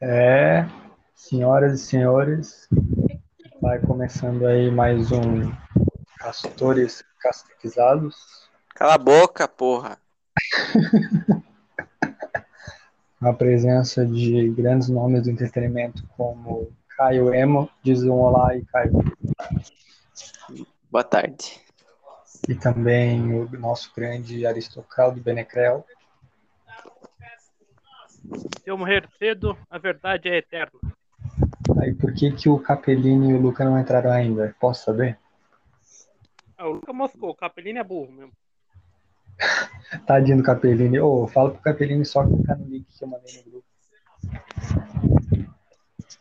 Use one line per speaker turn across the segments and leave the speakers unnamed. É, senhoras e senhores, vai começando aí mais um Castores Castequizados.
Cala a boca, porra.
A presença de grandes nomes do entretenimento como Caio Emo, diz um olá e Caio.
Boa tarde.
E também o nosso grande aristocrado Benecrel.
Se eu morrer cedo, a verdade é eterna.
Aí por que que o Capellini e o Luca não entraram ainda? Posso saber?
Ah, o Luca moscou, o Capelini é burro mesmo.
Tadinho do Capellini. Ô, fala pro Capellini só clicar no link que eu mandei no grupo.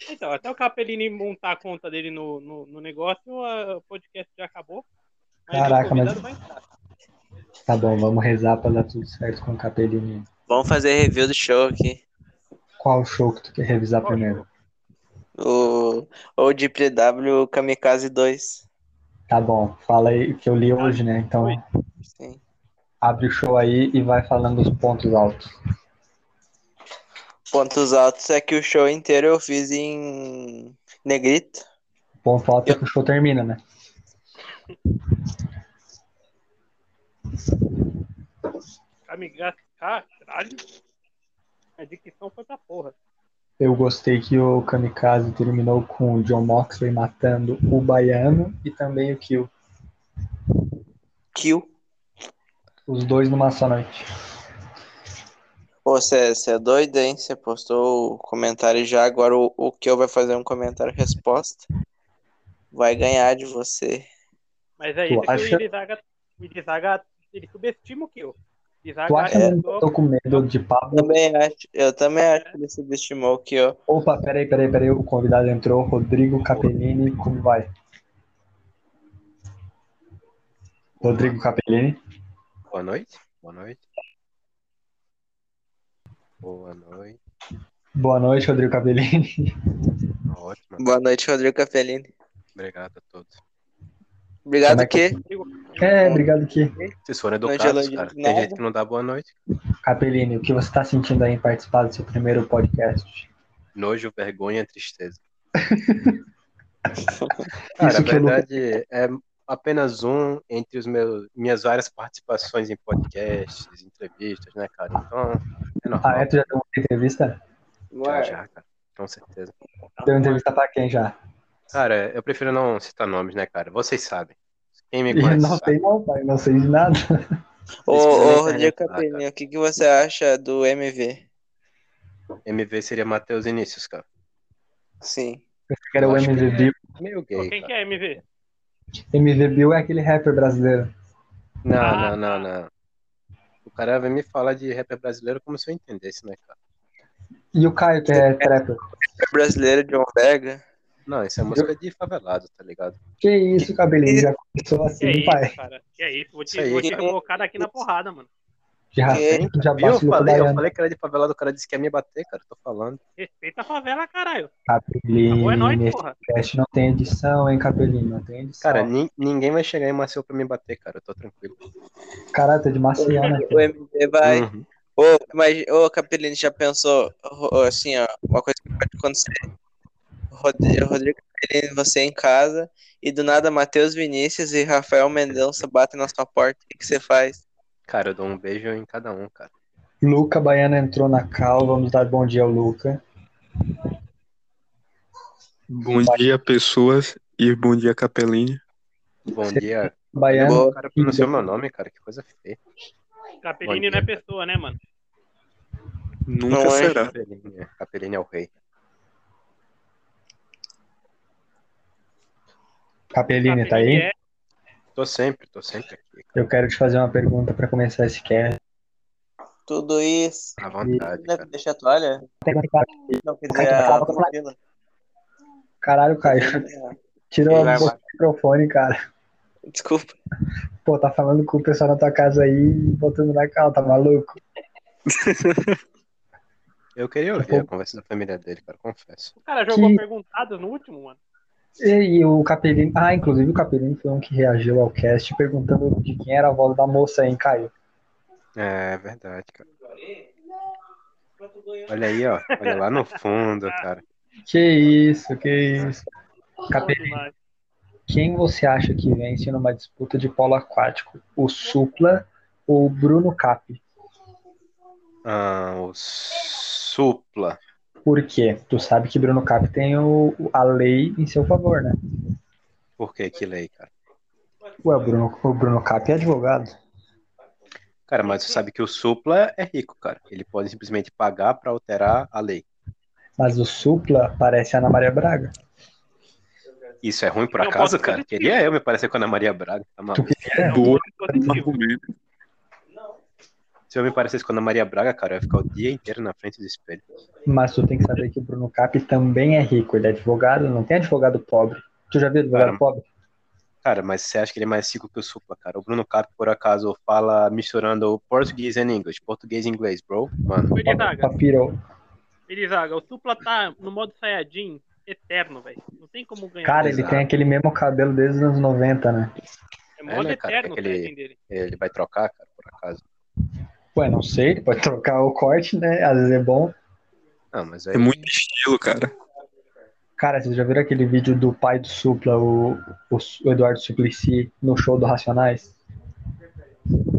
Então, até o Capelini montar a conta dele no, no, no negócio, a- o podcast já acabou. Mas
Caraca,
o convidado
mas-
vai entrar.
Tá bom, vamos rezar pra dar tudo certo com o Capellini.
Vamos fazer review do show aqui.
Qual show que tu quer revisar
Qual
primeiro?
O, o de PW Kamikaze 2.
Tá bom, fala aí que eu li hoje, né? Então
Tá. Oi.
Sim.
abre o show aí e vai falando os pontos altos.
Pontos altos é que o show inteiro eu fiz em negrito.
Ponto alto é que o show termina, né?
Amiga, caralho. A dicção foi pra porra.
Eu gostei que o Kamikaze terminou com o John Moxley matando o Baiano e também o Kill.
Kill.
Os dois numa só noite.
Pô, você é doido, hein? Você postou o comentário já. Agora o, o Kill vai fazer um comentário resposta. Vai ganhar de você.
Mas é
Tu
isso que
acha-
o Irizaga, o Irizaga, ele subestima o que eu.
Tu acha
é,
que eu tô com medo de Pablo?
Também acho, eu também acho que ele subestimou o Kill.
Opa, peraí, peraí, peraí. O convidado entrou, Rodrigo Capellini, como vai? Rodrigo Capellini.
Boa noite. Boa noite. Boa noite.
Boa noite, Rodrigo Capellini.
Ótima.
Boa noite, Rodrigo Capellini.
Obrigado a todos.
Obrigado,
Como é
o quê?
É, obrigado aqui.
Vocês foram
Não
educados,
elogio
cara.
de
Tem
nada.
gente que não dá boa noite.
Capellini, o que você está sentindo aí em participar do seu primeiro podcast?
Nojo, vergonha, tristeza. Cara,
Isso
na
que eu não-
verdade, é apenas um entre os meus, minhas várias participações em podcasts, entrevistas, né, cara? Então, é normal.
Ah, é? Tu já deu uma entrevista?
Já, já, cara. Com certeza.
Deu entrevista pra quem já?
Cara, eu prefiro não citar nomes, né, cara? Vocês sabem. Quem me
Eu
conhece
não
sabe.
sei não, pai, não sei de nada.
Ô, ô,
Pesquisa na internet
Rodrigo
lá, cara.
Capellini, o que, que você acha do MV?
MV seria Matheus Inícios, cara.
Sim.
Que era o
Eu acho que
MV
é.
Bill.
Meio gay,
Quem
cara.
que é MV?
MV Bill é aquele rapper brasileiro.
Não,
Ah,
não, não, não. O cara vem me falar de rapper brasileiro como se eu entendesse, né, cara?
E o Caio, que é trapper.
Brasileiro John Vega.
Não, isso é música de favelado, tá ligado?
Que isso, cabelinho, já começou
Que é
assim, pai.
isso, cara? Que é isso? Vou te,
Isso aí.
vou te colocar daqui na porrada, mano.
Já,
Que-
já
Viu? Eu
bate o
falei, eu
baiano.
falei que era de favelado, o cara disse que ia me bater, cara. Tô falando.
Respeita a favela, caralho. Ou é nóis,
Cabelinho, esse
porra.
podcast não tem edição, hein, cabelinho, não tem edição.
Cara, nin- ninguém vai chegar em Maceió pra me bater, cara. Eu tô tranquilo.
Caralho, tá de Maceió, né?
O MV vai.
Uhum.
Ô, mas, ô, Capelini, já pensou, ô, ô, assim, ó, uma coisa que pode acontecer? O Rodrigo, o Rodrigo Capelini, você em casa, e do nada Matheus Vinícius e Rafael Mendonça batem na sua porta. O que, que você faz?
Cara, eu dou um beijo em cada um, cara.
Luca Baiano entrou na cal, vamos dar bom dia ao Luca.
Bom dia, pessoas, e bom dia, Capelini.
Bom
Você-
dia.
Baiano,
Boa.
O cara pronunciou meu nome, cara. Que coisa feia.
Capelini
Bom dia.
não é pessoa, né, mano?
Nunca
Não é?
será.
Capelinha. Capelinha é o rei.
Capelini, tá aí?
É,
Tô sempre, tô sempre aqui, cara.
Eu quero te fazer uma pergunta pra começar esse cast.
Tudo isso.
À vontade, cara.
Deixa a toalha? Não, quer dizer, a né? mochila.
Caralho, Caio,
É.
tira
Ele
o
vai lá.
microfone, cara.
Desculpa.
Pô, tá falando com o pessoal na tua casa aí e botando na cal, tá maluco?
Eu
Tá
queria ouvir a conversa da família dele, cara. Confesso.
o cara jogou
Que-
perguntado no último, mano.
E, e o Capelino. Ah, inclusive o Capelino foi um que reagiu ao cast perguntando de quem era a voz da moça, hein, Caio?
É verdade, cara. Olha aí, ó. Olha lá no fundo, cara.
Que isso, que isso.
Bom
Capelini,
demais.
quem você acha que vence numa disputa de polo aquático? O Supla ou o Bruno Cap?
Ah, o Supla.
Por quê? Tu sabe que Bruno Cap tem o- o- a lei em seu favor, né?
Por que aquilo aí, cara?
Ué, o Bruno, o Bruno Cap é advogado.
Cara, mas você sabe que o Supla é rico, cara. Ele pode simplesmente pagar pra alterar a lei.
Mas o Supla parece a Ana Maria Braga.
Isso é ruim por
Não,
acaso,
pode ser
cara?
positivo.
Queria eu me parecer com a Ana Maria Braga. Tá maluco?
Boa,
é um Positivo.
argumento.
Se eu me parecesse com a Ana Maria Braga, cara, eu ia ficar o dia inteiro na frente do espelho.
Mas tu tem que saber que o Bruno Cap também é rico. Ele é advogado, não tem advogado pobre. Tu já viu advogado
Cara,
pobre?
Cara, mas você acha que ele é mais rico que o Supla, cara? O Bruno Cap, por acaso, fala misturando o português and English. Português e inglês, bro. Mano,
Birizaga,
Papiro.
Birizaga, o Supla tá no modo Saiyajin eterno, velho. Não tem como ganhar.
Cara, ele
Exato.
tem aquele mesmo cabelo desde os anos 90, né?
é modo
né, cara,
eterno o
aquele-
Saiyajin dele.
ele vai trocar, cara, por acaso.
Ué, não sei, ele pode trocar o corte, né? Às vezes é bom.
Não, mas aí...
É muito estilo, cara.
Cara, vocês já viram aquele vídeo do pai do Supla, o, o, Su- o Eduardo Suplicy, no show do Racionais?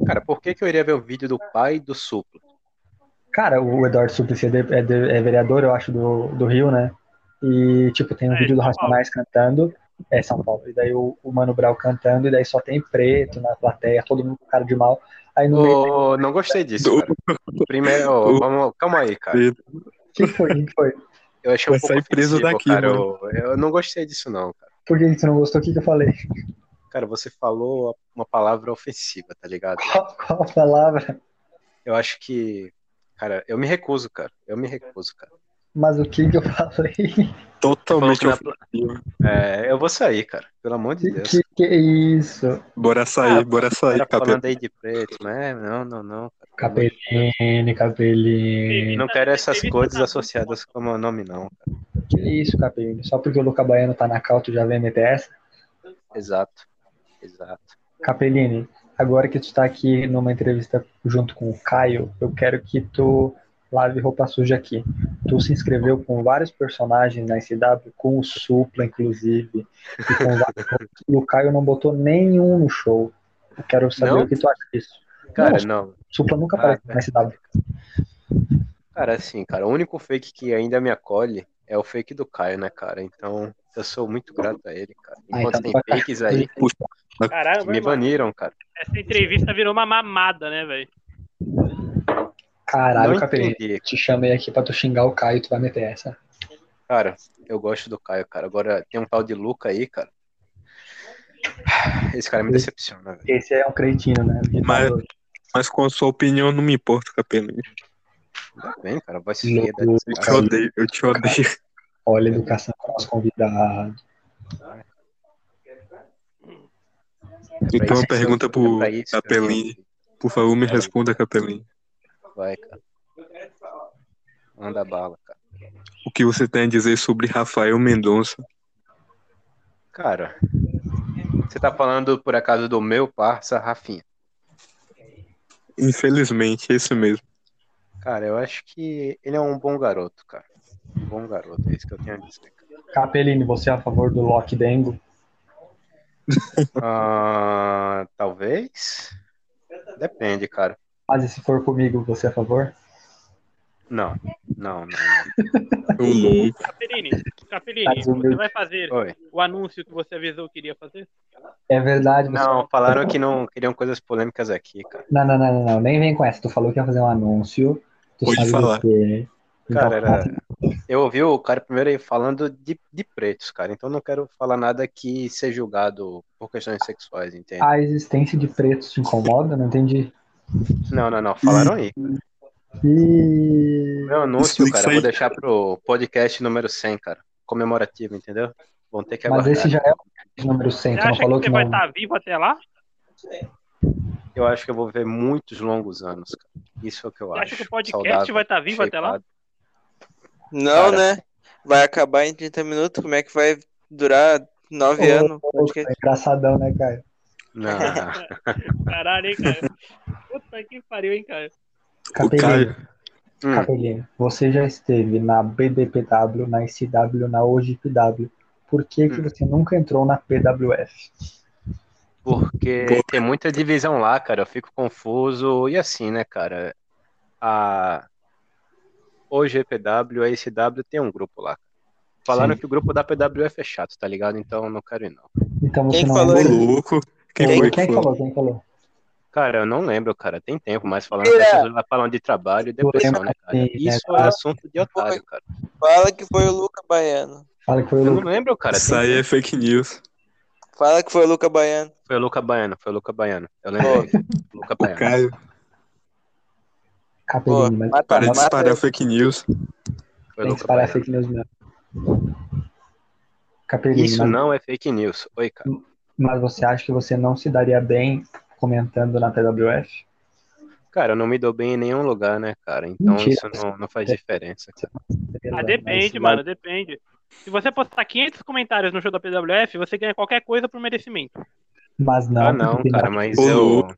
Cara, por que, que eu iria ver o vídeo do pai do Supla?
Cara, o Eduardo Suplicy é, de- é de- é vereador, eu acho, do, do Rio, né? E, tipo, tem um
É,
vídeo do
São Paulo.
Racionais cantando, é São Paulo, e daí o, o Mano Brau cantando, e daí só tem preto na plateia, todo mundo com cara de mal. Aí no meio.
Ô, não gostei disso, cara. Primeiro, ô, vamos, calma aí, cara.
O que foi? O que foi?
Eu achei um
Vai
pouco
sair preso
ofensivo,
daqui,
cara. Eu, eu não gostei disso, não, cara.
Por que que tu não gostou? O que, que eu falei?
Cara, você falou uma palavra ofensiva, tá ligado?
Qual, qual a palavra?
Eu acho que... Cara, eu me recuso, cara. Eu me recuso, cara.
Mas o que, que eu falei?
Totalmente
Falou que
ofensivo.
É, eu vou sair, cara. Pelo amor de
Que,
Deus.
que, que é isso?
Bora sair, bora sair,
Ah, Era
capeta.
falando aí de preto, né? Não, não, não. cara.
Capelini, Capelini.
Não quero essas
Entrevista
coisas
tá muito
associadas com o meu nome, não. cara.
Que isso, Capelini? Só porque o Luca Baiano tá na cal, tu já vem meter essa?
Exato. Exato.
Capelini, agora que tu tá aqui numa entrevista junto com o Caio, eu quero que tu lave roupa suja aqui. Tu se inscreveu com vários personagens na SW, com o Supla, inclusive, e com vários outros, e o Caio não botou nenhum no show. Eu quero saber
Não?
o que tu acha disso.
Cara,
Não,
não.
o Supla nunca
Ah,
aparece
tá.
na SW.
Cara, assim, cara, o único fake que ainda me acolhe é o fake do Caio, né, cara? Então, eu sou muito grato a ele, cara.
Ah,
Enquanto
então
tem
vai pra-
fakes aí,
Caralho,
que me
mano,
baniram, cara.
essa entrevista virou uma mamada, né, velho?
Caralho,
Não
Capelini,
entendi.
te chamei aqui pra tu xingar o Caio, tu vai meter essa.
Cara, eu gosto do Caio, cara. Agora, tem um tal de Luca aí, cara. Esse cara me decepciona, velho.
Esse é um cretino, né?
Mas- Mas com a sua opinião, não me importo, Capelini.
Ainda bem, cara, vai se ver,
Lu-
Eu te
cara.
odeio, eu te odeio.
É
Olha a educação para os convidados.
Eu tenho uma Então, pergunta pro
é pra isso, Tá
Capelini. Por favor, me responda, Capelini.
Vai, cara. Manda bala, cara.
O que você tem a dizer sobre Rafael Mendonça?
Cara, você tá falando por acaso do meu parça, Rafinha?
Infelizmente, é isso mesmo.
Cara, eu acho que ele é um bom garoto, cara. Um bom garoto, é isso que eu tenho a dizer. cara.
Capelini, você é a favor do Loki Dengo?
Ah, talvez. Depende, cara.
Mas e se for comigo, você é a favor?
Não, não, não. não.
Eu louco.
Caperini, Caperini,
Mas o
você
meu-
vai fazer
Oi.
o anúncio que você avisou que iria fazer?
É verdade, você...
Não, falaram que não queriam coisas polêmicas aqui, cara.
Não, não, não, não, não, nem vem com essa. Tu falou que ia fazer um anúncio. Tu
Pode
sabe
falar.
do quê? Então,
Cara, era... eu ouvi o cara primeiro aí falando de, de pretos, cara. Então não quero falar nada que seja julgado por questões sexuais, entende?
A existência de pretos te incomoda? Não entendi.
Não, não, não. Falaram aí.
E...
Meu anúncio,
Explica
cara,
isso
eu vou
aí.
deixar pro podcast número 100, cara. Comemorativo, entendeu? Vão ter que
Mas
aguardar.
esse já é o número 100.
Você
Tu não
acha que
Então, falou
você
que
vai tá-
não...
estar vivo até lá?
Eu acho que eu vou ver muitos longos anos, cara. Isso é o que eu
Você
acho.
acha que o podcast
Saudável,
vai estar vivo até lá?
shapeado.
Não,
Cara.
né? Vai acabar em 30 minutos. Como é que vai durar nove
Ô,
anos?
Pô,
Acho que-
é engraçadão, né, cara?
Não.
Caralho, hein, cara? Puta que pariu, hein, cara?
O
Capelini,
Caio,
Hum.
Capelino, você já esteve na BDPW, na ICW, na OGPW. Por que, que
Hum.
você nunca entrou na PWF?
Porque tem muita divisão lá, cara. Eu fico confuso. E assim, né, cara? A. O GPW, a ICW tem um grupo lá. Falaram
Sim.
que o grupo da PWF é chato, tá ligado? Então eu não quero ir, não.
Então você
Quem
não
falou
Ô,
lembra?
isso?
louco. Quem
Quem,
foi
quem
que falou?
falou? Quem falou?
Cara, eu não lembro, cara. Tem tempo, mas falando
Tira!
que as pessoas lá falam de trabalho e depressão, né, cara?
Sim, né,
Isso é
cara?
assunto de otário, cara.
Fala que foi o Luca Baiano.
Fala que foi o
Eu não
Lucas.
lembro, cara.
Isso
Tem
aí
tempo.
é fake news.
Fala que foi o Luca Baiano.
Foi o Luca Baiano, foi o Luca Baiano. Eu
Pô,
lembro. Luca
O
Baiano.
Caio,
pô,
Capelino, mas
mata,
para de disparar
mata.
fake news.
Foi o
tem que
Luca
parar
Baiano.
fake news mesmo. Capelino,
Isso
mas,
não é fake news. Oi, cara.
Hum. mas você acha que você não se daria bem comentando na PWF?
Cara, eu não me dou bem em nenhum lugar, né, cara? Então
Mentira.
isso não, não faz diferença. cara.
Ah,
Mas-
depende, mano, depende. Se você postar 500 comentários no show da PWF, você ganha qualquer coisa por merecimento.
Mas não,
Ah, não,
porque
cara, mas
Ô,
eu.
louco.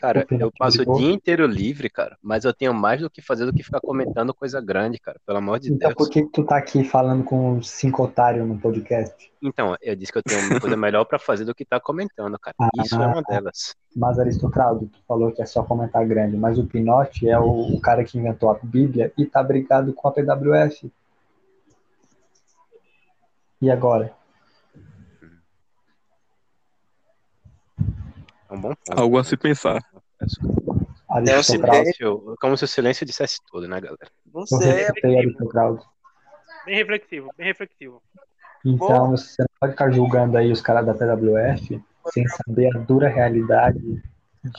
Cara,
Porque
eu
naquele
passo o
gol-
dia inteiro livre, cara, mas eu tenho mais do que fazer do que ficar comentando coisa grande, cara, pelo amor de
Então
Deus.
por que que tu tá aqui falando com cinco otários no podcast?
Então, eu disse que eu tenho uma coisa melhor pra fazer do que tá comentando, cara.
Ah.
Isso é uma delas.
Mas Aristocraldo, tu falou que é só comentar grande, mas o Pinote é o, o cara que inventou a Bíblia e tá brigado com a PWF. E agora?
É um bom ponto.
Algo a se pensar.
Não, se
Aristocraldo,
bem-
Silêncio, como se é o silêncio dissesse tudo, né, galera?
Não
você
sei.
respeita Aristocraldo.
Bem reflexivo, bem reflexivo.
Então
Bom.
você não pode ficar julgando aí os caras da PWF sem saber a dura realidade de-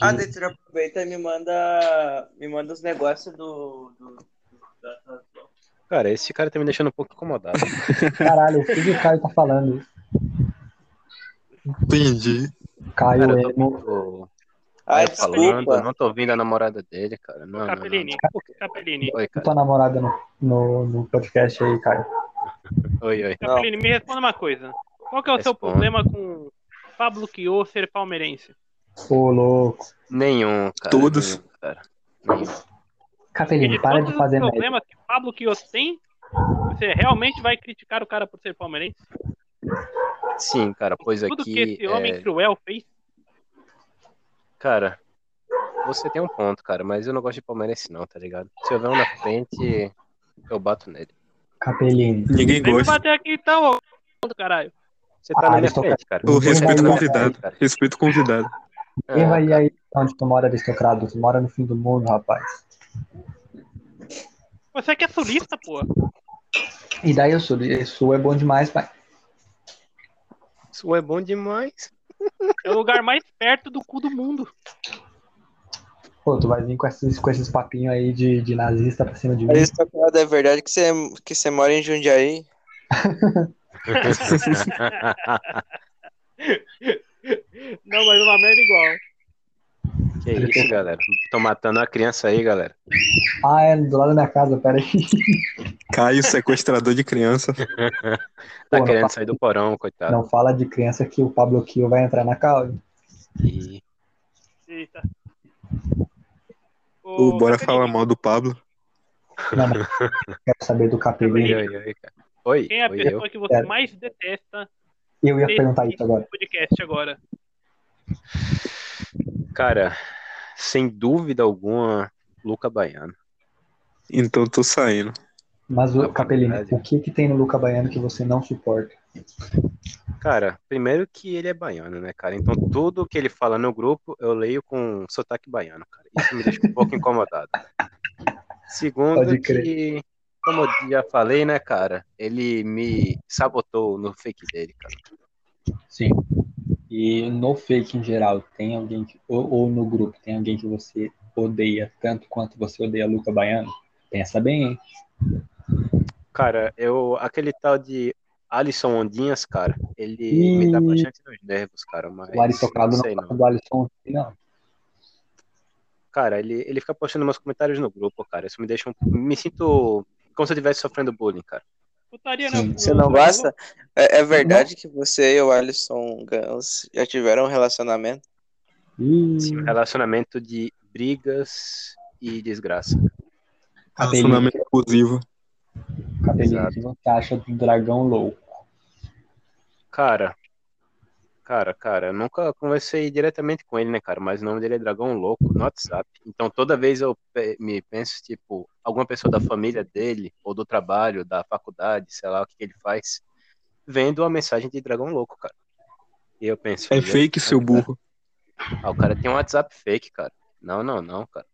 Ah, daí tu já aproveita e me manda, me manda os negócios do. do, da- da-
Cara, esse cara tá me deixando um pouco incomodado.
Caralho, o que, que o Caio tá falando?
Entendi.
Caio é,
Cara, eu tô
Emo.
muito.
Ai,
Caio falando,
Ah, desculpa.
não tô ouvindo a namorada dele, cara. Não, não, não,
Capelini,
não. Por quê?
Capelini,
Oi, cara.
Tua namorada no, no, no podcast aí, Caio.
Oi, oi.
Capelini, me responda uma coisa. Qual que é o seu
Responda.
problema com Pablo Quio ser palmeirense?
Ô, louco.
Nenhum, cara.
Todos.
nenhum, cara. Nenhum.
Porque
Capelino, para
todos
de
os
fazer merda.
problemas que Pablo Quio tem, você realmente vai criticar o cara por ser palmeirense?
Sim, cara, pois
Tudo que
aqui.
esse homem
é,
cruel fez?
Cara, você tem um ponto, cara, mas eu não gosto de palmeirense, não, tá ligado? Se eu ver um na frente, eu bato nele.
Capelino.
Vem
Ninguém
me
gosta.
bater aqui então, ô, do caralho.
Você tá
Ah,
na minha
Aristocrata.
frente, cara.
Eu
Você tá na
respeito
minha
o convidado.
frente, cara.
Respeito o convidado.
Ah,
Quem vai
cara.
ir aí onde tu mora, aristocrado? Tu mora no fim do mundo, rapaz.
Você que é sulista, pô.
E daí eu sou, eu sou é bom demais, pai.
Isso é bom demais.
É o lugar mais perto do cu do mundo.
Pô, tu vai vir com esses, com esses papinhos aí de, de nazista pra cima de mim.
Aristocrata, é verdade que você que você mora em Jundiaí?
Não, mas é uma merda igual.
que isso, galera. Tô matando uma criança aí, galera.
Ah, é do lado da minha casa, peraí.
Caio, sequestrador de criança.
Tá
Porra,
querendo
pa-
sair do porão, coitado.
Não fala de criança que o Pablo Kio vai entrar na calda.
E-
Eita.
Ô,
Capelini,
bora falar mal do Pablo.
Não, não. Quero saber do
Oi,
Capelino.
oi, oi, cara. Oi,
Quem é a
oi, eu.
pessoa que você
Sério.
mais detesta
Eu ia perguntar isso agora.
no podcast agora?
Cara, sem dúvida alguma, Luca Baiano.
Então tô saindo.
Mas, o
Não,
Capelino,
verdade.
o que que tem no Luca Baiano que você não suporta?
Cara, primeiro que ele é baiano, né, cara? Então tudo que ele fala no grupo eu leio com sotaque baiano, cara. Isso me deixa um pouco incomodado. Segundo
Pode crer.
que, como eu já falei, né, cara, ele me sabotou no fake dele, cara.
Sim. E no fake em geral, tem alguém que, ou, ou no grupo, tem alguém que você odeia tanto quanto você odeia Luca Baiano? Pensa bem, hein?
Cara, eu aquele tal de Alisson Ondinhas, cara, ele me dá
Ih.
bastante nos nervos, cara, mas
O Aristocrado
não
não
sei
fala
não.
do Alisson, assim, não.
Cara, ele, ele fica postando meus comentários no grupo, cara. Isso me deixa um, me sinto como se eu estivesse sofrendo bullying, cara.
Putaria
Sim,
não.
Você não gosta? É, é verdade que você e o Alisson Gans já tiveram um relacionamento?
Ih,
Assim,
Hum.
Sim, um relacionamento de brigas e desgraça.
Cabelinho,
Relacionamento exclusivo.
cabelinho
é, Exato.
que você acha do dragão louco?
Cara, cara, cara, eu nunca conversei diretamente com ele, né, cara? Mas o nome dele é Dragão Louco no WhatsApp. Então toda vez eu pe- me penso, tipo, alguma pessoa da família dele, ou do trabalho, da faculdade, sei lá o que, que ele faz, vendo uma mensagem de Dragão Louco, cara. E eu penso.
É
"Gente,
fake, seu
cara,
burro.
Ah, o cara tem um WhatsApp fake, cara. Não, não, não, cara.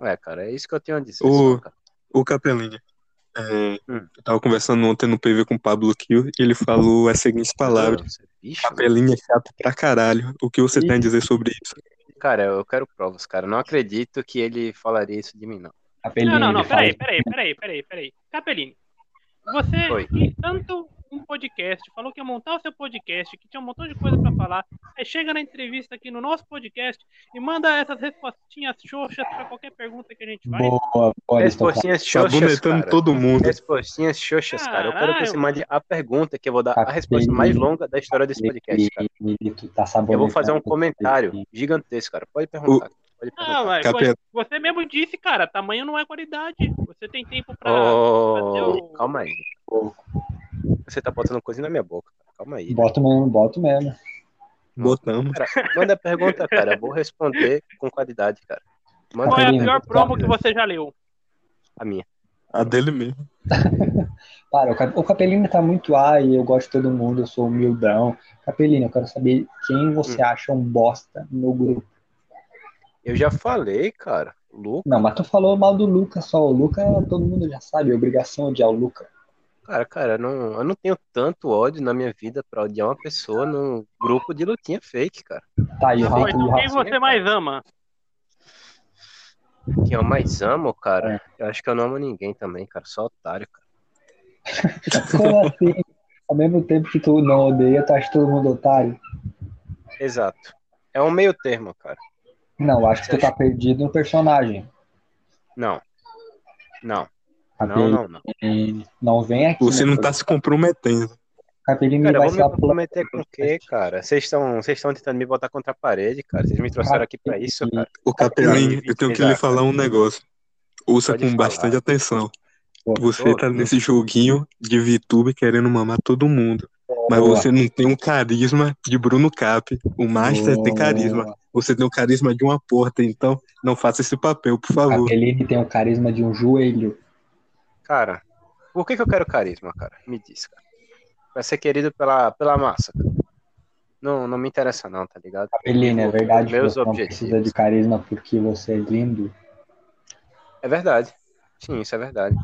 Ué, cara, é isso que eu tenho a dizer.
Ô,
só, cara.
Ô, Capelinha. é,
Hum.
Eu tava conversando ontem no PV com o Pablo Kill e ele falou as seguintes palavras.
Não, você é bicho,
Capelinha é chato pra caralho. O que você tem a dizer sobre isso?
Cara, eu quero provas, cara. Eu Não acredito que ele falaria isso de mim, não.
Cabelinho,
não, não, não,
ele fala,
peraí, peraí, peraí, peraí, peraí. Capelini, você
Oi.
fez tanto um podcast, falou que ia montar o seu podcast, que tinha um montão de coisa pra falar, aí chega na entrevista aqui no nosso podcast e manda essas respostinhas xoxas pra qualquer pergunta que a gente faz.
Boa, pode tocar.
Respostinhas xoxas,
Sabonetando
cara.
Tá
É.
todo mundo.
Respostinhas xoxas, cara. Eu quero que
Caralho.
você mande a pergunta que eu vou dar a
Capelli.
resposta mais longa da história desse podcast, cara.
Ele- tu tá
Eu vou
sabonetando.
fazer um comentário gigantesco, cara. Pode perguntar. Pode
Ah,
perguntar.
mas
Capel-
você mesmo disse, cara, tamanho não é qualidade. Você tem tempo pra.
Ô,
o-
calma aí. Você tá botando coisa na minha boca, cara. Calma aí.
Boto mesmo, boto mesmo.
Botamos.
Manda a pergunta, cara. Eu vou responder com qualidade, cara. Manda
Qual é a
Capelini,
pior
tá-
promo que você já leu?
a minha.
A dele mesmo.
Para, o Cap- o Capelino tá muito ai, eu gosto de todo mundo, eu sou humildão. Capelino, eu quero saber quem você acha um bosta no grupo.
Eu já falei, cara. Lucas,
Não, mas tu falou mal do Lucas só. O Lucas todo mundo já sabe, é obrigação odiar o Lucas.
cara, cara, eu não, eu não tenho tanto ódio na minha vida pra odiar uma pessoa num grupo de lutinha fake, cara.
Tá aí,
Ah,
o
bom,
Rafa e o
então quem
Rafa.
você mais ama?
Quem eu mais amo, cara, eu acho que eu não amo ninguém também, cara. Só otário, cara.
Como assim? Ao mesmo tempo que tu não odeia, tu acha todo mundo otário?
Exato. É um meio termo, cara.
Não, eu acho que tu tá perdido no personagem.
Não. Não, não,
Capelino,
não, não.
não, vem aqui.
Você
né?
não tá se comprometendo.
Capelino
Cara, eu
vai ser
vou me
a planta.
comprometer com o quê, cara? Vocês estão vocês estão tentando me botar contra a parede, cara. Vocês me trouxeram aqui pra isso, cara.
Ô, Capelinha, eu tenho que lhe
Exato.
falar um negócio. Ouça
Pode
com
falar.
bastante atenção.
Boa.
Você tá nesse joguinho de VTube querendo mamar todo mundo. Mas
Boa.
você não tem um carisma de Bruno Cap. O Master tem carisma. Você tem o carisma de uma porta, então não faça esse papel, por favor.
Capelino tem o carisma de um joelho.
Cara, por que, que eu quero carisma, cara? Me diz, cara. Pra ser querido pela, pela massa, cara. Não, não me interessa não, tá ligado?
Capelino, é verdade que
Meus
você não
objetivos.
precisa de carisma porque você é lindo.
É verdade. Sim, isso é verdade.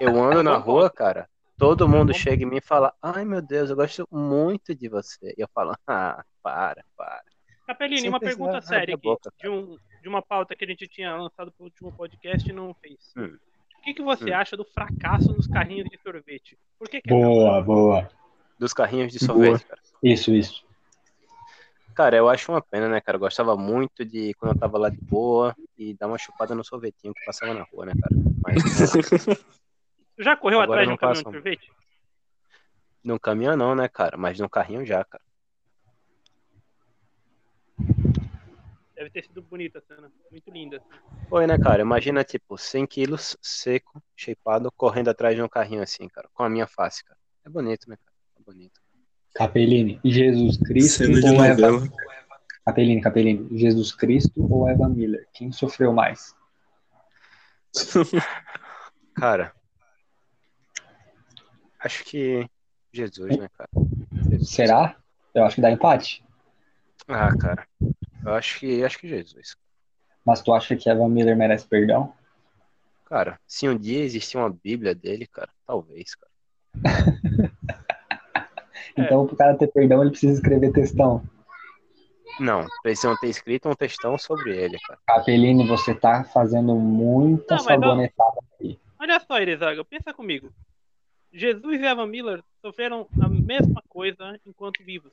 Eu ando na rua, cara, todo mundo chega em mim e fala, ai meu Deus, eu gosto muito de você. E eu falo, ah, para, para.
Capelini,
Sem
uma
precisar
é,
pergunta
abrir
séria
a
aqui,
boca,
de, um, de uma pauta que a gente tinha lançado pro último podcast e não fez.
Hum.
O que, que você
Hum.
acha do fracasso nos carrinhos de sorvete? Por que, é que
Boa, boa.
Dos carrinhos de
Boa.
sorvete, cara.
Isso, isso.
Cara, eu acho uma pena, né, cara? Eu gostava muito de quando eu tava lá de boa e dar uma chupada no sorvetinho que passava na rua, né, cara? Mas
Tu já correu
Agora
atrás de um
não
caminhão
passa.
de sorvete?
Num caminhão não, né, cara? Mas num carrinho já, cara.
Deve ter sido bonita a cena. Muito linda.
Foi, né, cara? Imagina, tipo, 100 quilos, seco, shapeado, correndo atrás de um carrinho assim, cara. Com a minha face, cara. É bonito, né, cara? É bonito.
Capelini, Jesus Cristo
Cena de
ou Eva...
novela.
Capelini, Capelini, Jesus Cristo ou Eva Miller? Quem sofreu mais?
Cara, acho que Jesus, né, cara? Jesus.
Será? Eu acho que dá empate.
Ah, cara. Eu acho que, acho que Jesus.
Mas tu acha que Eva Miller merece perdão?
Cara, se um dia existir uma Bíblia dele, cara, talvez, cara.
É.
Então, pro cara ter perdão, ele precisa escrever textão.
Não, precisam ter escrito um textão sobre ele, cara.
Capelini, você tá fazendo muita
Não, mas não-
sabonetada.
Olha só, Erezaga, pensa comigo. Jesus e Eva Miller sofreram a mesma coisa enquanto vivos.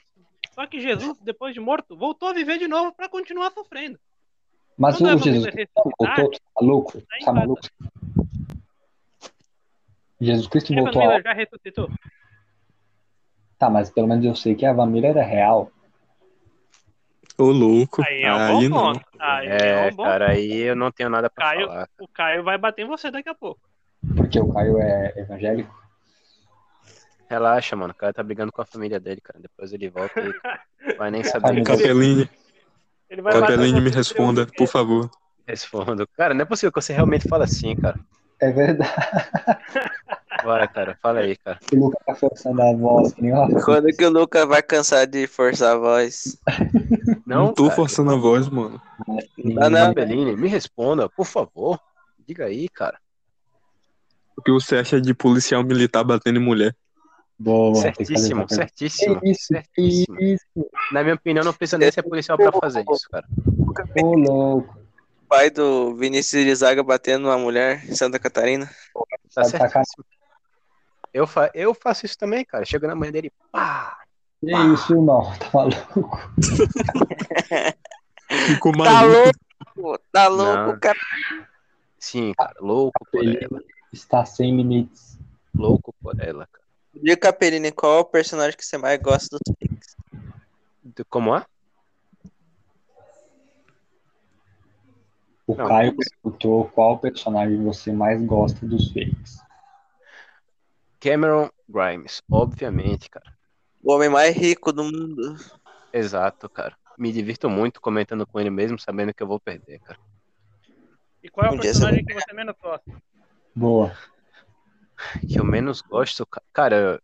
Só que Jesus, depois de morto, voltou a viver de novo pra continuar sofrendo.
Mas
Quando
o
Eva
Jesus
Miller
Não, voltou,
ressuscitar,
tu tá louco?
Tá em
Tá maluco? Jesus Cristo
Eva
voltou.
Miller
Ao...
já ressuscitou.
Tá, mas pelo menos eu sei que a Eva Miller era real.
Ô, louco.
Aí é um bom
não.
ponto. Aí é,
É,
um bom
cara,
ponto.
aí eu não tenho nada pra
Caio-
falar.
O Caio vai bater em você daqui a pouco.
Porque o Caio é evangélico.
Relaxa, mano. O cara tá brigando com a família dele, cara. Depois ele volta e vai nem
Ah,
saber
meu
que eu
Capelini,
Ele vai bater em
Capelini,
você
me
no
responda,
seu-
por favor.
respondo. Cara, não é possível que você realmente fala assim, cara.
É verdade.
Bora, cara. Fala aí, cara.
O Lucas tá forçando a voz, que nem o Rafa.
Quando que o Luca vai cansar de forçar a voz?
Não, tô
cara.
forçando a voz, mano.
né?
Ah,
Não, Ah, não.
Capelini, me responda, por favor. Diga aí, cara.
O que você acha de policial militar batendo em mulher?
Boa, tem que fazer
certíssimo,
essa pergunta.
certíssimo.
Que isso, que
certíssimo.
isso,
Na minha opinião, não precisa nem ser policial pra fazer isso, cara.
ô louco.
O pai do Vinícius Irizaga batendo numa mulher em Santa Catarina.
Tá
Tá
de
certíssimo. Eu, fa eu faço isso também, cara. Chego na manhã dele, pá!
Que isso, irmão? Tá maluco?
Ficou
Tá
maluco.
louco, tá louco,
Não.
cara.
Sim, cara, louco por
Capelini.
ela.
Está sem limites.
Louco por ela, cara.
Diga, Caperini, qual é o personagem que você mais gosta dos Pix?
Do- Como é?
O
Não.
Caio perguntou qual personagem você mais gosta dos fakes.
Cameron Grimes, obviamente, cara.
O homem mais rico do mundo.
Exato, cara. Me divirto muito comentando com ele mesmo, sabendo que eu vou perder, cara.
E qual é o
Um dia
personagem que você menos gosta?
Boa.
que eu menos gosto, ca- cara.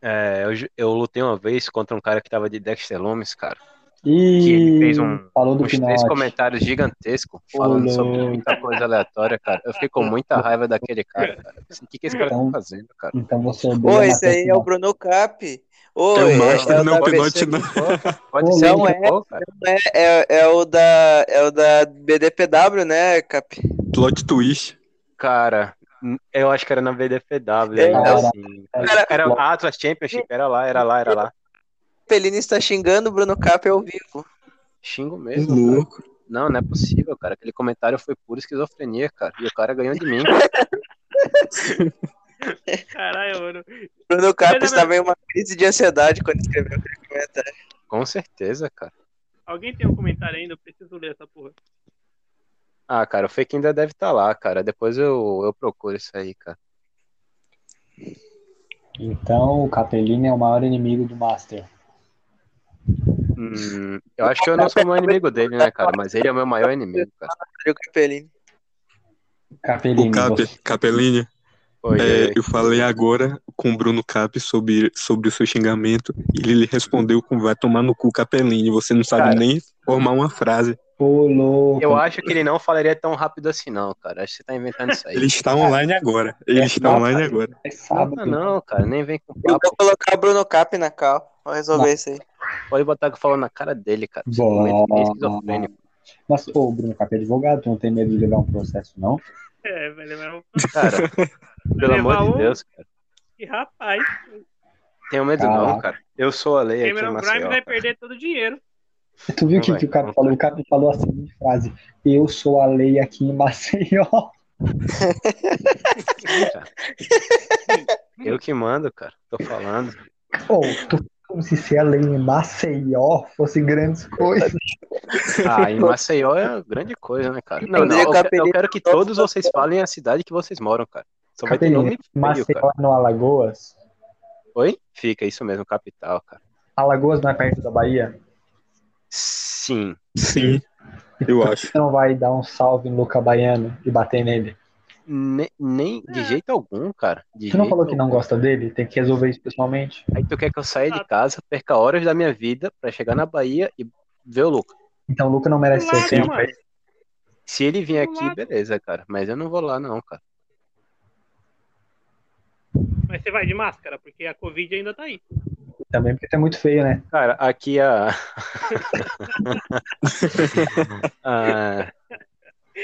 é, eu, ju- eu lutei uma vez contra um cara que tava de Dexter Lumis, cara.
E
Que ele fez um-
falou do
Uns três
Pinote.
comentários gigantescos falando
Olô.
sobre muita coisa aleatória, cara. Eu fiquei com muita raiva daquele cara, cara. Eu pensei, O que, que esse cara tá fazendo, cara?
Então você
Ô,
odeia
esse
matar
aí é o
Pinote.
Bruno Cap.
É
Oi,
o Master,
é, o
não é o
da-
Pinote, não.
Pode
Ô,
ser
não
um
é.
futebol, cara.
é- é o da é o da BDPW, né, Cap?
Plot twist.
Cara, n- eu acho que era na VDFW
É,
ainda,
cara.
assim. Era a Atlas Championship, era lá, era lá, era lá.
Pelini está xingando o Bruno Cap ao vivo.
Xingo mesmo, cara.
Louco.
Não, não é possível, cara. Aquele comentário foi pura esquizofrenia, cara. E o cara ganhou de mim.
Caralho, mano.
Bruno Cap
Mas, na
estava em uma crise de ansiedade quando escreveu aquele comentário.
Com certeza, cara.
Alguém tem um comentário ainda? Eu preciso ler essa porra.
Ah, cara, o fake ainda deve estar lá, cara. Depois eu, eu procuro isso aí, cara.
Então o Capelini é o maior inimigo do Master.
Hum, eu acho que eu não sou o maior inimigo dele, né, cara? Mas ele é o meu maior inimigo, cara.
Viu, Capelini?
Capelini,
O Cap,
você-
Capelini,
Oi,
é,
oi,
eu falei agora com o Bruno Cap sobre, sobre o seu xingamento. E ele lhe respondeu com vai tomar no cu, Capelini. Você não sabe
Cara.
nem formar uma frase.
Ô,
oi.
louco. é
Eu acho que ele não falaria tão rápido assim, não, cara. Acho que você tá inventando isso aí.
Ele está online agora. Ele
É,
está
não,
online
cara.
agora.
É
Não,
sábado.
não, cara, nem vem com
Eu vou
papo.
colocar o Bruno Cap na cal. Vou resolver isso aí.
Pode botar o que falou na cara dele, cara. Você
Boa.
comenta que ele é esquizofrênico.
Mas, ô, Bruno Cap é advogado, tu não tem medo de levar um processo, não?
É, velho, mas
Cara, pelo
Levar
amor
um-
de Deus, cara.
que rapaz.
Tenho medo não,
Caraca.
cara. Eu sou a lei aqui em
Cameron Grimes é
Maceió,
vai
cara.
perder todo o dinheiro.
Tu viu o
Não
que,
vai,
que o Cap
não
falou? O Cap falou a seguinte frase: Eu sou a lei aqui em Maceió.
Eu que mando, cara. Tô falando.
Ou, tu como se ser a lei em Maceió fosse grandes
Tá
coisas.
Ah, em Maceió é uma grande coisa, né, cara? Não, não,
Entendeu,
eu, quero-
Capelini?
eu quero que todos vocês falem a cidade que vocês moram, cara. Só vai ter
Capelini,
nome feio,
Maceió
cara.
é no Alagoas?
Oi? Fica, isso mesmo, capital, cara.
Alagoas não é perto da Bahia?
Sim.
Sim, eu acho.
Você não vai dar um salve no Luca Baiano e bater nele?
Ne- nem de jeito algum, cara. De
Tu não
jeito
falou que não
algum.
gosta dele? Tem que resolver isso pessoalmente?
Aí tu quer que eu saia de casa, perca horas da minha vida pra chegar na Bahia e ver o Luca.
Então o Luca não merece ser
é,
Claro,
tempo.
mano.
Se ele vir aqui,
Claro.
beleza, cara. Mas eu não vou lá, não, cara.
Mas você vai de máscara, porque a Covid ainda tá aí.
Também porque tu é muito feio, né?
Cara, aqui a. Ah,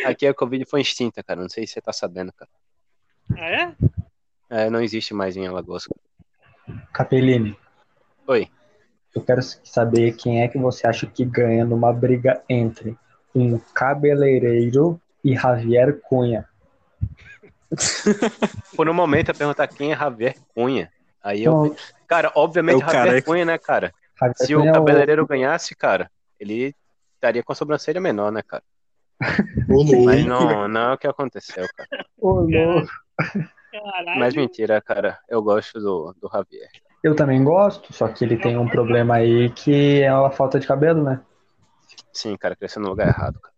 Aqui a Covid foi extinta, cara. Não sei se você tá sabendo, cara.
Ah, é?
É, não existe mais em Alagoas.
Capelini,
Oi.
eu quero saber quem é que você acha que ganha numa briga entre um cabeleireiro e Javier Cunha.
Por um momento eu ia perguntar quem é Javier Cunha. Aí eu.
Então,
Cara, obviamente
É o
Javier
careca.
Cunha, né, cara?
Javier
Se
Cunha
o
é
cabeleireiro ganhasse, cara, ele estaria com a sobrancelha menor, né, cara?
Ô, louco.
Mas não, não é o que aconteceu, cara.
Ô, louco.
Caralho.
Mas mentira, cara. Eu gosto do, do Javier.
Eu também gosto, só que ele tem um problema aí que é a falta de cabelo, né?
Sim, cara, cresceu no lugar errado, cara.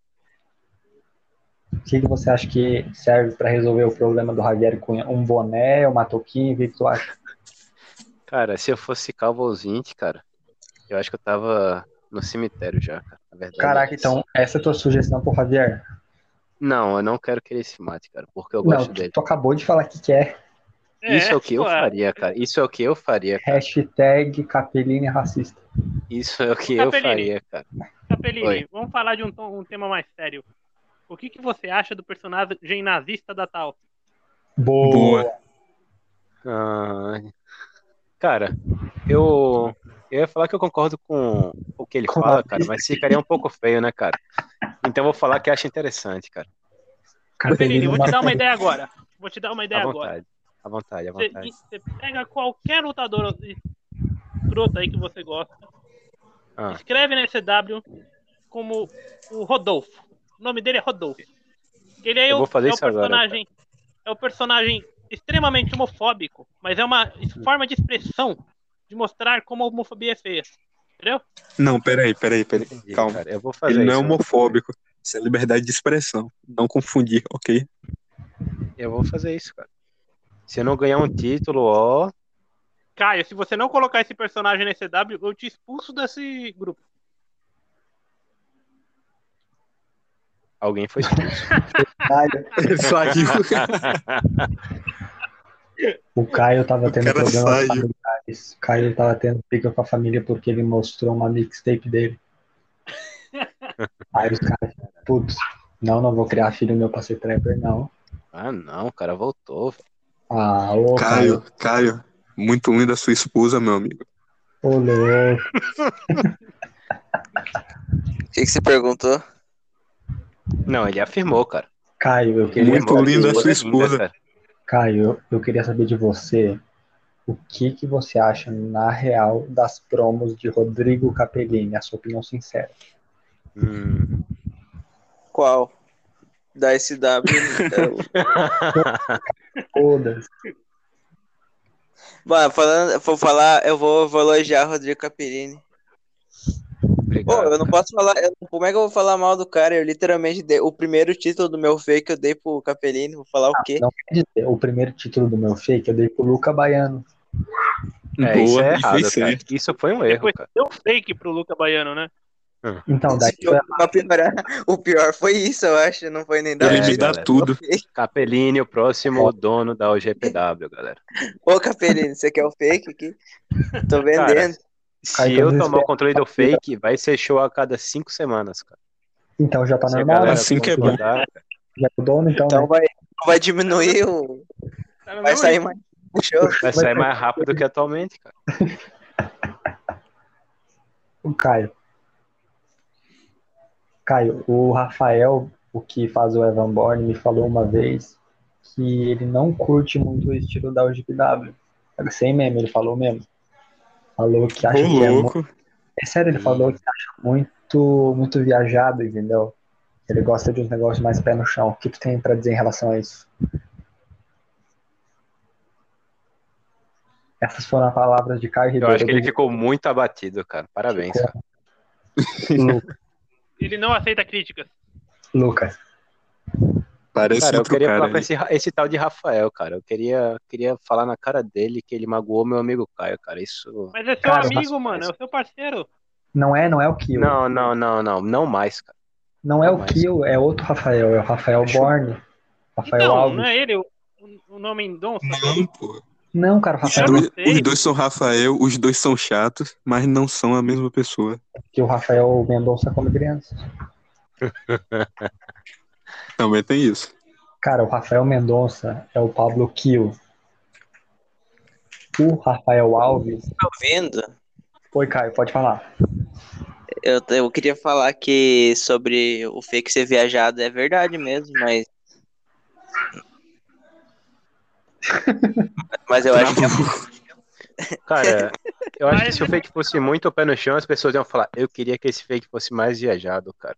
O que, que você acha que serve pra resolver o problema do Javier Cunha? Um boné, uma touquinha, o que, que tu acha?
Cara, se eu fosse calvo aos 20, cara, eu acho que eu tava no cemitério já, cara. Na verdade,
Caraca,
é isso.
então, essa é a tua sugestão pro Javier?
Não, eu não quero que ele se mate, cara, porque eu gosto
Não, tu,
dele.
tu acabou de falar que quer
É,
Isso é o que eu
pô.
faria, cara. Isso é o que eu faria, cara.
hashtag Capelini racista.
Isso é o que eu
Capellini.
faria, cara.
Capellini,
Oi.
tá vamos falar de um, tom- um tema mais sério. O que, que você acha do personagem nazista da Tal?
Boa.
Ah, cara, eu, eu ia falar que eu concordo com o que ele
Com
fala,
a
cara, mas ficaria um pouco feio, né, cara? Então eu vou falar que acho interessante, cara.
Capellini, Tá vou te dar uma
racista.
ideia agora. Vou te dar uma ideia
À
agora.
vontade. À vontade, à
Você,
vontade.
você pega qualquer lutador escroto aí que você gosta,
Ah.
escreve na SW como o Rodolfo. O nome dele é Rodolfo. Ele é,
Eu
o,
vou fazer
é o
isso agora,
personagem. é o personagem extremamente homofóbico, mas é uma forma de expressão de mostrar como a homofobia é feia. Entendeu?
Não, peraí, peraí, peraí.
Entendi,
Calma.
cara, eu vou fazer
Ele não é
isso.
homofóbico. Isso é liberdade de expressão. Não confundir, ok?
Eu vou fazer isso, cara. Se eu não ganhar um título, ó,
Caio, se você não colocar esse personagem na ECW, eu te expulso desse grupo.
alguém foi expulso.
Caio-
Ele saiu.
O Caio tava
O
tendo
cara
problemas
saiu.
familiares. O Caio tava tendo briga com a família porque ele mostrou uma mixtape dele. Aí os caras, putz, não, não vou criar filho meu pra ser trapper, não.
Ah, não, o cara voltou. velho.
Ah, ô Caio,
Caio, Caio. Muito linda a sua esposa, meu amigo.
ô louco.
O que, que você perguntou?
Não, ele afirmou, cara.
Caio, eu
Ele
queria,
Muito
afirmou que
linda a
ele
sua
é linda,
esposa.
cara.
Caio, eu queria saber de você o que que você acha na real das promos de Rodrigo Capellini, a sua opinião sincera.
Hum.
Qual? Da né? SW.
Todas.
Mano, falando, vou falar, eu vou, vou elogiar Rodrigo Capellini. Ô,
Obrigado,
eu não
cara.
posso falar. eu- como é que eu vou falar mal do cara? Eu literalmente dei o primeiro título do meu fake eu dei pro Capellini. Vou falar o quê?
Não quer dizer, o primeiro título do meu fake eu dei pro Luca Baiano.
É, isso é
e
errado,
fez
cara.
certo.
Isso foi um erro,
Depois
cara.
deu fake pro Luca Baiano, né?
Então, daí
é
Se eu- pra piorar, o pior foi isso, eu acho. Não foi nem da
Ele
É,
me dá
galera.
tudo.
Capellini, o
É.
próximo dono da OGPW, galera.
Ô, Capellini, você quer o fake aqui? Tô vendendo.
Cara,
Se
então
eu tomar
desespera.
o controle do fake, vai ser show a cada cinco semanas, cara.
Então já tá
Se a
normal, né?
galera
Assim que é bom.
concordar,
Já é o dono, então,
então
né?
vai, vai diminuir o.
Cara,
Vai
não,
sair mais. do show.
né?
vai sair mais rápido que atualmente, cara.
O Caio. Caio, o Rafael, o que faz o Evan Bourne, me falou uma vez que ele não curte muito o estilo da UGPW. Sem meme, ele falou É mesmo. Falou que acha
Ô,
que é muito.
louco.
É sério, ele falou que acha muito, muito viajado, entendeu? Ele gosta de uns negócios mais pé no chão. O que tu tem pra dizer em relação a isso? Essas foram as palavras de Caio
Eu
Ribeiro.
acho que ele ficou muito abatido, cara. Parabéns, cara.
Lu-
Ele não aceita críticas.
Lucas.
Parece
Cara, eu
outro
queria falar
cara. né?
pra
aí.
esse, ra- esse tal de Rafael, cara. Eu queria, queria falar na cara dele que ele magoou meu amigo Caio, cara. Isso.
Mas é seu
Cara,
amigo,
mas-
mano. É o seu parceiro.
Não é, não é o Kill.
Não, não, não, não. Não mais, cara.
Não é o
Mas-
Kill, é outro Rafael. É o Rafael
Deixa eu-
Borne. Rafael
Então,
Alves.
não é ele o, o nome Mendonça?
Não, pô.
Não, cara, o
É, Os
Rafael,
não
dois,
sei.
os dois são Rafael, os dois são chatos, mas não são a mesma pessoa.
que o Rafael Mendonça come criança.
Também tem isso.
Cara, o Rafael Mendonça é o Pablo Kill. O Rafael Alves
Tá ouvindo?
Oi, Caio, pode falar.
Eu, eu queria falar que sobre o fake ser viajado é verdade mesmo, mas. Mas eu acho que
é
Travou.
Cara, Eu acho que
Mas
se o
ele-
fake fosse muito pé no chão, as pessoas iam falar, eu queria que esse fake fosse mais viajado, cara.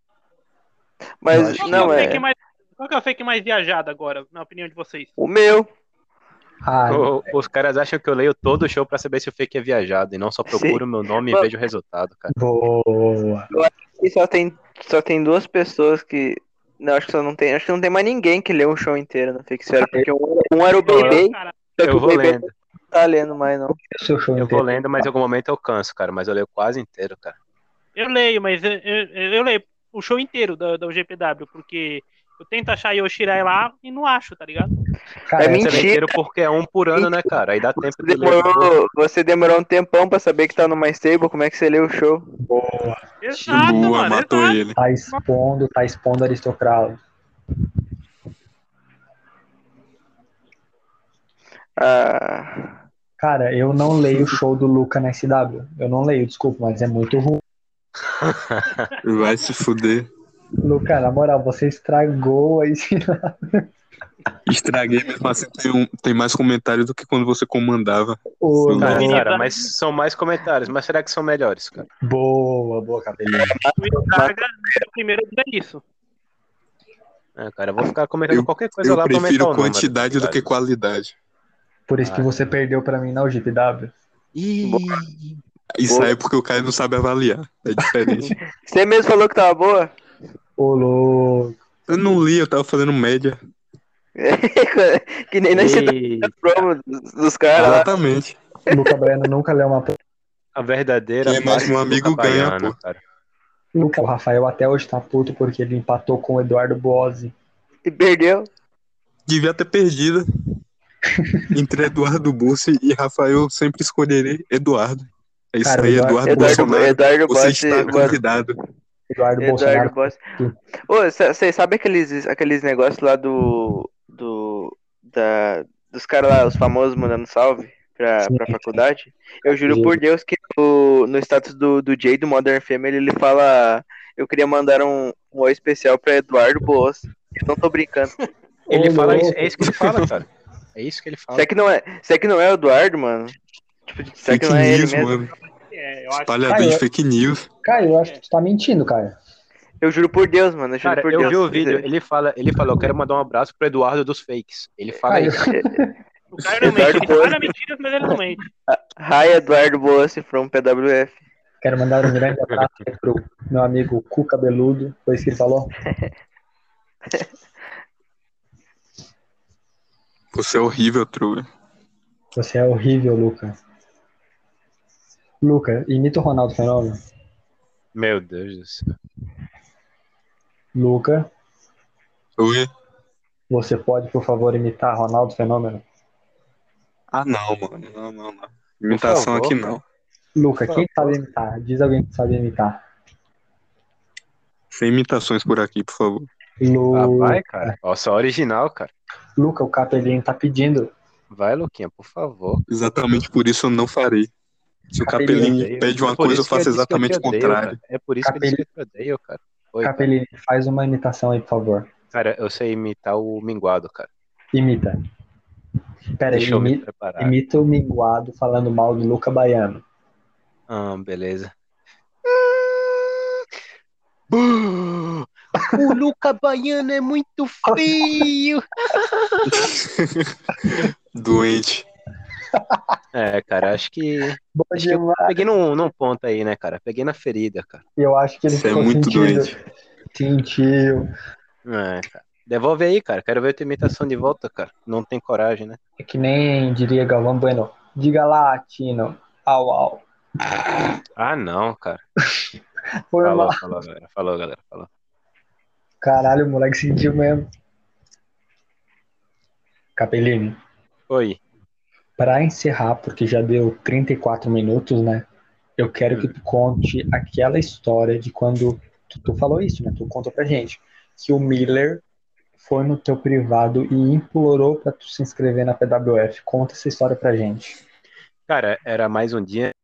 Eu
Mas
acho
Qual que
não
é o
é.
fake mais, qual que é o fake mais viajado agora, na opinião de vocês?
O meu.
Ah,
O- os caras acham que eu leio todo o show pra saber se o fake é viajado e não só procuro meu nome e
Mano.
vejo o resultado, cara.
boa.
E só tem, só tem duas pessoas que. Não, acho que só não tem. Acho que não tem mais ninguém que leu um show inteiro no Fixer. Porque um, um era o Bebê,
é, Cara,
só que
Eu
o
vou
né?
Bebê
lendo,
não tá lendo mais, não.
O seu show
eu vou
inteiro.
lendo, mas em algum momento eu canso, cara. Mas eu leio quase inteiro, cara.
eu leio, mas eu, eu- eu leio o show inteiro da, da UGPW, porque eu tento achar Yoshirai lá e não acho, tá ligado?
Cara,
É
Você
Mentira.
lê inteiro porque é um por ano, né, cara? Aí dá tempo
Você
de ler.
demorou, você demorou um tempão pra saber que tá no My Stable, como é que você leu o show?
Exato, Ah,
Boa,
mano. é
matou
exato.
ele.
tá expondo, tá expondo aristocrata.
Ah,
Cara, eu não leio o show do Luca na SW. Eu não leio, desculpa, mas é muito ruim.
Vai se fuder.
Luca, na moral, você estragou a ensina-
Estraguei mesmo assim. Tem, um- tem mais comentário do que quando você comandava.
Ô,
Sim,
Lu-
Não,
Menina,
cara, mas são mais comentários. Mas será que são melhores, cara?
Boa, boa, cabelinho.
O Itaga é o primeiro a dizer isso.
É, cara, eu vou ficar comentando qualquer coisa
Eu
é, lá pra aumentar o
prefiro
número,
quantidade
tá
do que
ligado?
qualidade.
Por isso que você perdeu pra mim na UGPW.
Ih,
Isso
Boa.
aí é porque o cara não sabe avaliar. É diferente.
você mesmo falou que tava boa?
Ô, louco.
eu não li, eu tava fazendo média.
que nem na cidade
e
promo dos, dos caras lá.
Exatamente.
Luca Breno nunca leu uma. pro-
a verdadeira
Quem é mais
face
um
do
amigo
Baiano,
ganha, pô.
cara.
Luca, o Rafael até hoje tá puto porque ele empatou com o Eduardo Bozzi.
E perdeu.
Devia ter perdido. Entre Eduardo Bussi e Rafael, eu sempre escolherei Eduardo. É isso
Cara,
aí,
Eduardo-
Eduardo,
Eduardo,
Bolsonaro.
Eduardo
você
Bossi.
está convidado.
Eduardo
Eduardo
Bolsonaro.
Bossi. Ô, vocês sabem aqueles, aqueles negócios lá do. do. Da, dos caras lá, os famosos mandando salve pra,
Sim.
pra faculdade? Eu juro por
Juro.
Deus que o- no status do, do Jay do Modern Family ele fala. Eu queria mandar um, um oi especial pra Eduardo Boas. Eu não tô brincando.
Ele
Ô,
fala isso,
louco.
é isso que ele fala, cara. É isso que ele fala.
Será que não é, será que não é o Eduardo, mano? Tipo, será que
Fake
não é ele
news,
mesmo?
mano.
É, eu acho
Espalhador
Ah,
de
eu-
fake news.
Cara, eu acho que tu tá mentindo, cara.
Eu juro por Deus, mano. Eu assim, juro
Cara,
por
eu
Deus.
vi o vídeo, ele fala, ele falou, quero mandar um abraço pro Eduardo dos Fakes. Ele fala
Ah, eu-
isso.
que o cara não mente. Ele fala mentiras, mas ele não mente.
Hi, Eduardo Boas from PWF.
Quero mandar um grande abraço pro meu amigo Cu Cabeludo. Foi isso que ele falou?
Você é horrível, True.
Você é horrível, Luca. Luca, imita o Ronaldo Fenômeno.
Meu Deus do céu.
Luca,
Oi?
você pode, por favor, imitar Ronaldo Fenômeno?
Ah, não, mano. Não, não, não. Imitação
favor.
aqui não.
Luca,
Por
quem sabe imitar? Diz alguém que sabe imitar.
Sem imitações por aqui, por favor.
Lu...
Ah, vai, cara. Ó, só original, cara.
Luca, o Capelinho tá pedindo.
Vai, Luquinha, por favor.
Exatamente por isso eu não farei. Se o Capelinho
Capelinho.
pede uma
É por
coisa,
isso
eu
que
faço
disse que eu te
exatamente o
odeio, cara.
contrário.
É por isso que eu disse que eu te odeio, cara. Oi, cara.
Capelinho, faz uma imitação aí, por favor.
Cara, eu sei imitar o minguado, cara.
Imita. Pera aí,
Deixa eu me
imi-
preparar.
imita Ah. o Minguado falando mal do Luca Baiano.
Ah, beleza. Ah!
O Luca Baiano é muito feio.
Doente.
É, cara, acho que.
Bom
Acho que eu-
demais.
Peguei num, num ponto aí, né, cara? Peguei na ferida, cara.
Eu acho que ele
Você é
ficou
muito
sentido.
doente.
Sentiu.
É, cara. Devolve aí, cara. Quero ver a tua imitação de volta, cara. Não tem coragem, né?
É que nem diria Galvão Bueno. Diga lá, Tino. Au, au.
Ah, não, cara.
Foi
Falou,
mal.
falou, galera. Falou, galera. Falou.
Caralho, o moleque sentiu mesmo. Capelini,
Oi.
pra encerrar, porque já deu 34 minutos, né? Eu quero que tu conte aquela história de quando tu, tu falou isso, né? Tu contou pra gente que o Miller foi no teu privado e implorou pra tu se inscrever na PWF. Conta essa história pra gente.
Cara, era mais um dia